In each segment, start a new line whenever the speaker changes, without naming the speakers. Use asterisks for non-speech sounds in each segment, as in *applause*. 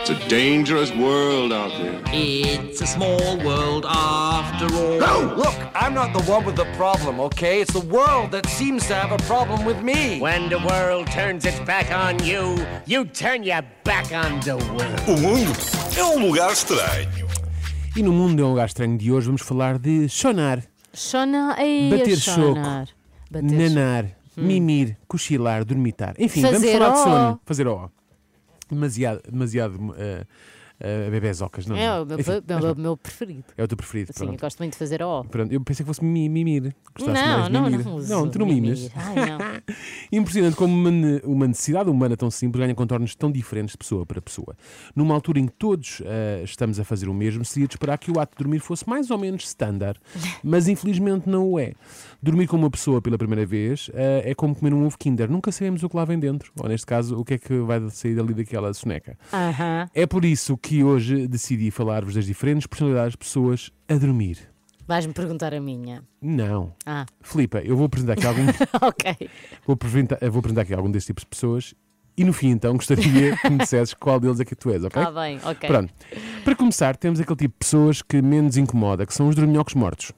It's a dangerous world out there.
It's a small world after all.
No! Look, I'm not the one with the problem, okay? It's the world that seems to have a problem with me.
When the world turns its back on you, you turn your back on the world.
O mundo é um lugar estranho.
E no mundo é um lugar estranho de hoje vamos falar de chonar,
Chona e
Bater
chonar. Bater
nanar, mimir, cochilar, dormitar. Enfim, vamos
Hum. Fazer
falar de
ó.
sono. Fazer ó. Demasiado, demasiado eh, eh, bebezocas, não
É o meu,
Enfim,
meu-
mas
meu-
não.
meu preferido.
É o teu preferido,
Sim, eu
pronto.
gosto muito de fazer ó.
Pronto, eu pensei que fosse mi- mimir. Gostaste mais
Não,
de
não,
mimir.
não uso.
Não, tu não mimas.
mimir. Ai, não.
*laughs* Impressionante como uma ne- uma necessidade humana tão simples ganha contornos tão diferentes de pessoa para pessoa. Numa altura em que todos ah, estamos a fazer o mesmo, seria de esperar que o ato de dormir fosse mais ou menos standard, mas infelizmente não o é. Dormir com uma pessoa pela primeira vez ah, é como comer um ovo Kinder, nunca sabemos o que lá vem dentro, ou neste caso, o que é que vai sair dali daquela soneca.
Aham.
É por isso que hoje decidi falar-vos das diferentes personalidades de pessoas a dormir.
Vais-me perguntar a minha.
Não.
Ah, *laughs*
Filipa, eu vou apresentar aqui alguns.
ok.
Vou apresentar, eh, vou apresentar aqui algum desses tipos de pessoas e no fim então gostaria que me dissesses qual deles é que tu és, ok?
Está Tá bem, ok.
Pronto. Para começar, temos aquele tipo de pessoas que menos incomoda, que são os dorminhocos mortos.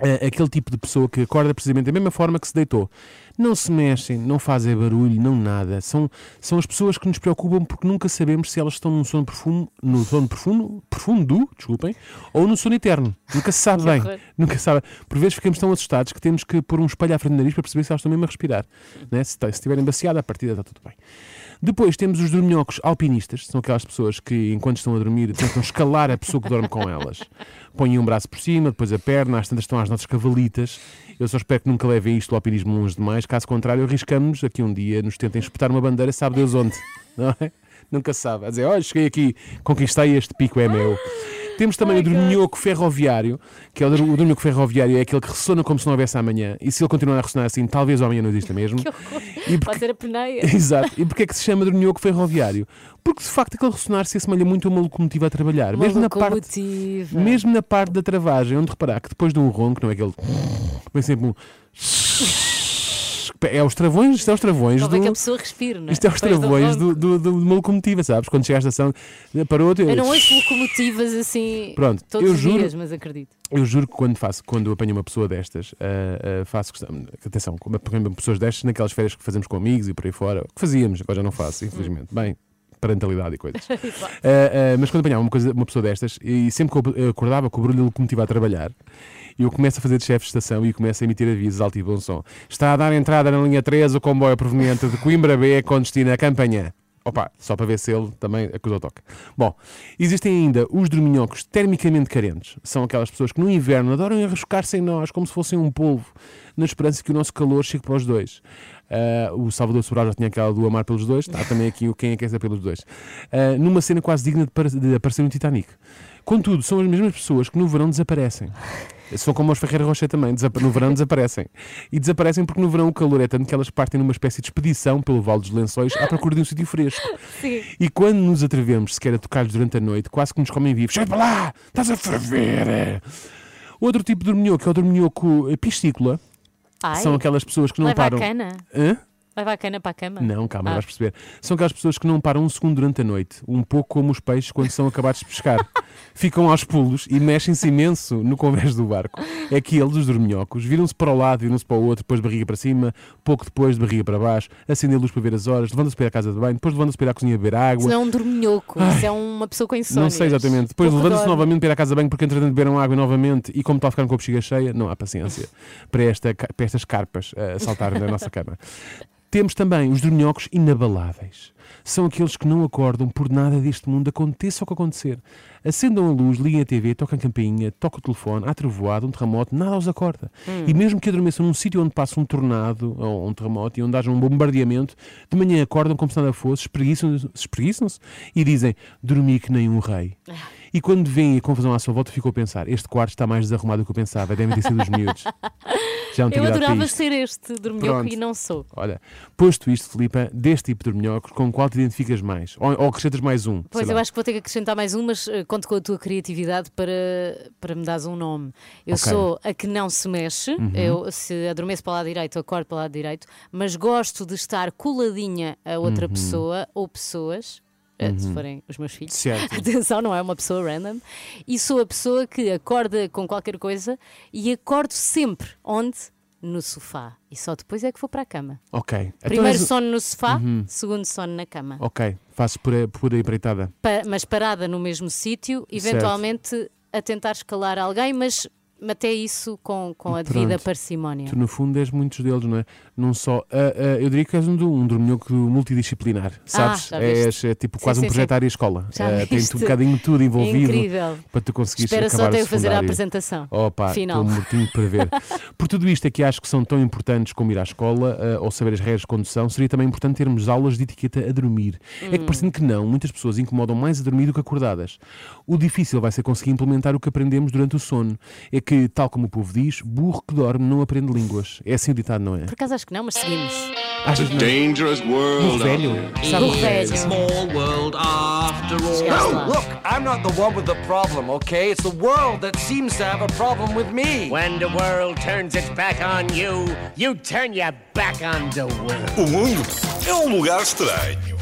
Eh, Aquele tipo de pessoa que acorda precisamente da mesma forma que se deitou. Não se mexem, não fazem barulho, não nada. São, são as pessoas que nos preocupam porque nunca sabemos se elas estão num sono profundo, no sono profundo, profundo, desculpem, ou no sono eterno. Nunca se
*laughs*
sabe bem.
horror.
Nunca se sabe. Por vezes ficamos tão assustados que temos que pôr um espelho à frente do nariz para perceber se elas estão mesmo a respirar.
Hum.
Né? Se, tá- se estiverem baciada, a partida está tudo bem. Depois temos os dorminhocos alpinistas, são aquelas pessoas que, enquanto estão a dormir, tentam escalar a pessoa que dorme com elas. Põem um braço por cima, depois a perna, às tantas estão as nossas cavalitas. Eu só espero que nunca levem isto ao alpinismo longe demais, caso contrário, arriscamos daqui um dia nos tentem espetar uma bandeira, sabe Deus onde, *laughs* não é? Nunca se sabe. A dizer, olha, cheguei aqui, conquistei este pico, é meu. Temos também o dorminhoco ferroviário, que é o, dor- o dorminhoco ferroviário, é aquele que ressona como se não houvesse amanhã. E se ele continuar a ressonar assim, talvez amanhã não exista mesmo. E porque-
Pode ser a peneia.
Exato. E porquê é que se chama dorminhoco ferroviário? Porque de facto aquele ressonar se assemelha muito a uma locomotiva a trabalhar.
Uma
*laughs* mesmo na parte
locomotiva.
mesmo na parte da travagem, onde reparar que depois de um ronco, não é aquele. Vem sempre um. *laughs* É os travões, isto é os travões
Como é que a
do.
pessoa respira, não é?
Isto é os
Depois do
travões do,
ronco.
do, do, de uma locomotiva, sabes? Quando chega à estação, parou.
Eu não ouço locomotivas assim
Pronto,
todos
eu
os
juro-
dias, mas acredito.
Eu juro que quando faço, quando apanho uma pessoa destas, ah, ah, faço questão. Atenção, quando apanho pessoas destas naquelas férias que fazemos com amigos e por aí fora, que fazíamos, agora já não faço, infelizmente. Bem, parentalidade e
*laughs*
coisas. Ah, ah, mas quando apanhava uma, coisa- uma pessoa destas, e sempre que eu acordava com o barulho da locomotiva a trabalhar, eu começo a fazer de chefe de estação e começo a emitir avisos alto e bom som. Está a dar entrada na linha 13 o comboio proveniente de Coimbra B com destino a Campanhã. Opa, só para ver se ele também acusa o toque. Bom, existem ainda os dorminhocos termicamente carentes. São aquelas pessoas que no inverno adoram enrascar-se em nós como se fossem um polvo, na esperança que o nosso calor chegue para os dois. Ah, o Salvador Sobral já tinha aquela do amar pelos dois, está também aqui o quem é aquece pelos dois. Ah, numa cena quase digna de, par- de aparecer no Titanic. Contudo, são as mesmas pessoas que no verão desaparecem. São como os Ferreira Rocha também, desapa- no verão desaparecem. E desaparecem porque no verão o calor é tanto que elas partem numa espécie de expedição pelo Vale dos Lençóis à procura de um sítio fresco. E quando nos atrevemos sequer a tocar-lhes durante a noite, quase que nos comem vivos. Sai para lá! Estás a ferver! é!" Outro tipo de dorminhoco é o dorminhoco eh, piscícola.
Ai, é
São aquelas pessoas que não
leva
param.
a cana.
Hã?
Leva a cana para a cama.
Não, calma,
Ah.
vais perceber. São aquelas pessoas que não param um segundo durante a noite, um pouco como os peixes quando são acabados de pescar. Ficam aos pulos e mexem-se imenso no convés do barco. É que eles, os dorminhocos, viram-se para o lado, viram-se para o outro, depois de barriga para cima, pouco depois de barriga para baixo, acendem a luz para ver as horas, levantam-se para ir à casa de banho, depois levantam-se para ir à cozinha beber água.
Isso não é um dorminhoco, isso é uma pessoa com insónia.
Não sei exatamente. Depois levantam-se
novamente.
novamente para ir à casa de banho porque entretanto beberam água novamente e como tal ficaram com a bexiga cheia, não há paciência para, esta, ca- para estas carpas eh, a saltar da nossa cama. Temos também os dorminhocos inabaláveis. São aqueles que não acordam por nada deste mundo, aconteça o que acontecer. Acendam a luz, liguem a TV, tocam a campainha, tocam o telefone, há trovoado, um terremoto, nada os acorda.
Hum.
E mesmo que adormeçam num sítio onde passa um tornado ou um terremoto e onde haja um bombardeamento, de manhã acordam como se nada fosse, espreguiçam-se espreguiçam-se e dizem: Dormi que nem um
*laughs*
rei. E quando vem a confusão à sua volta, ficou a pensar: Este quarto está mais desarrumado do que eu pensava, devem ter sido os
*laughs*
miúdos. Já não tinha
Eu
idade para
adorava
isto.
ser este dorminhoco
Pronto.
e não sou.
Olha, posto isto, Filipa, deste tipo de dorminhocos, com qual te identificas mais? Ou, ou acrescentas mais um?
Pois
sei
eu
lá.
acho que vou ter que acrescentar mais um, mas eh, conto com a tua criatividade para, para me dares um nome. Eu
Ok. Uhum.
sou a que não se mexe, eu se adormeço para o lado direito, acordo
Uhum.
para o lado direito, mas gosto de estar coladinha a outra pessoa ou pessoas. eh, se forem os meus filhos. *laughs*
Certo.
Atenção, não é uma pessoa random. E sou a pessoa que acorda com qualquer coisa e acordo sempre. Onde? No sofá. E só depois é que vou para a cama.
Ok. Então
Primeiro
és um-
sono no sofá, segundo sono na cama.
Ok, fazes por, por empreitada.
Pa- mas parada no mesmo sítio, eventualmente a tentar escalar alguém, mas até isso com, com a devida
Pronto.
parcimónia.
Tu, no fundo, és muitos deles, não é? Não só. ah, ah, eu diria que és um, do- um dorminhoco multidisciplinar, sabes?
Ah, já viste.
és é, tipo
Sim,
quase
sim,
um
sim.
projeto à área escola.
Já
Ah, tem
viste?
tu, um bocadinho de tudo envolvido
Incrível.
para tu conseguires
Espera
acabar
só até
o
eu fazer a
secundário.
apresentação.
Opa,
Final.
estou mortinho para ver. Por tudo isto é que acho que são tão importantes como ir à escola eh, ou saber as regras de condução, seria também importante termos aulas de etiqueta a dormir. É que parecendo que não, muitas pessoas incomodam mais a dormir do que acordadas. O difícil vai ser conseguir implementar o que aprendemos durante o sono. É que, tal como o povo diz, burro que dorme não aprende línguas. É assim o ditado, não é?
Por acaso acho que não, mas seguimos.
Achas que não?
Dangerous
Burro
world out
velho?
there.
Sabe?
Burro
It's
velho.
a small world after all.
Chegaste
No,
lá.
look, I'm not the one with the problem, okay? It's the world that seems to have a problem with me.
When the world turns its back on you, you turn your back on the world.
O mundo é um lugar estranho.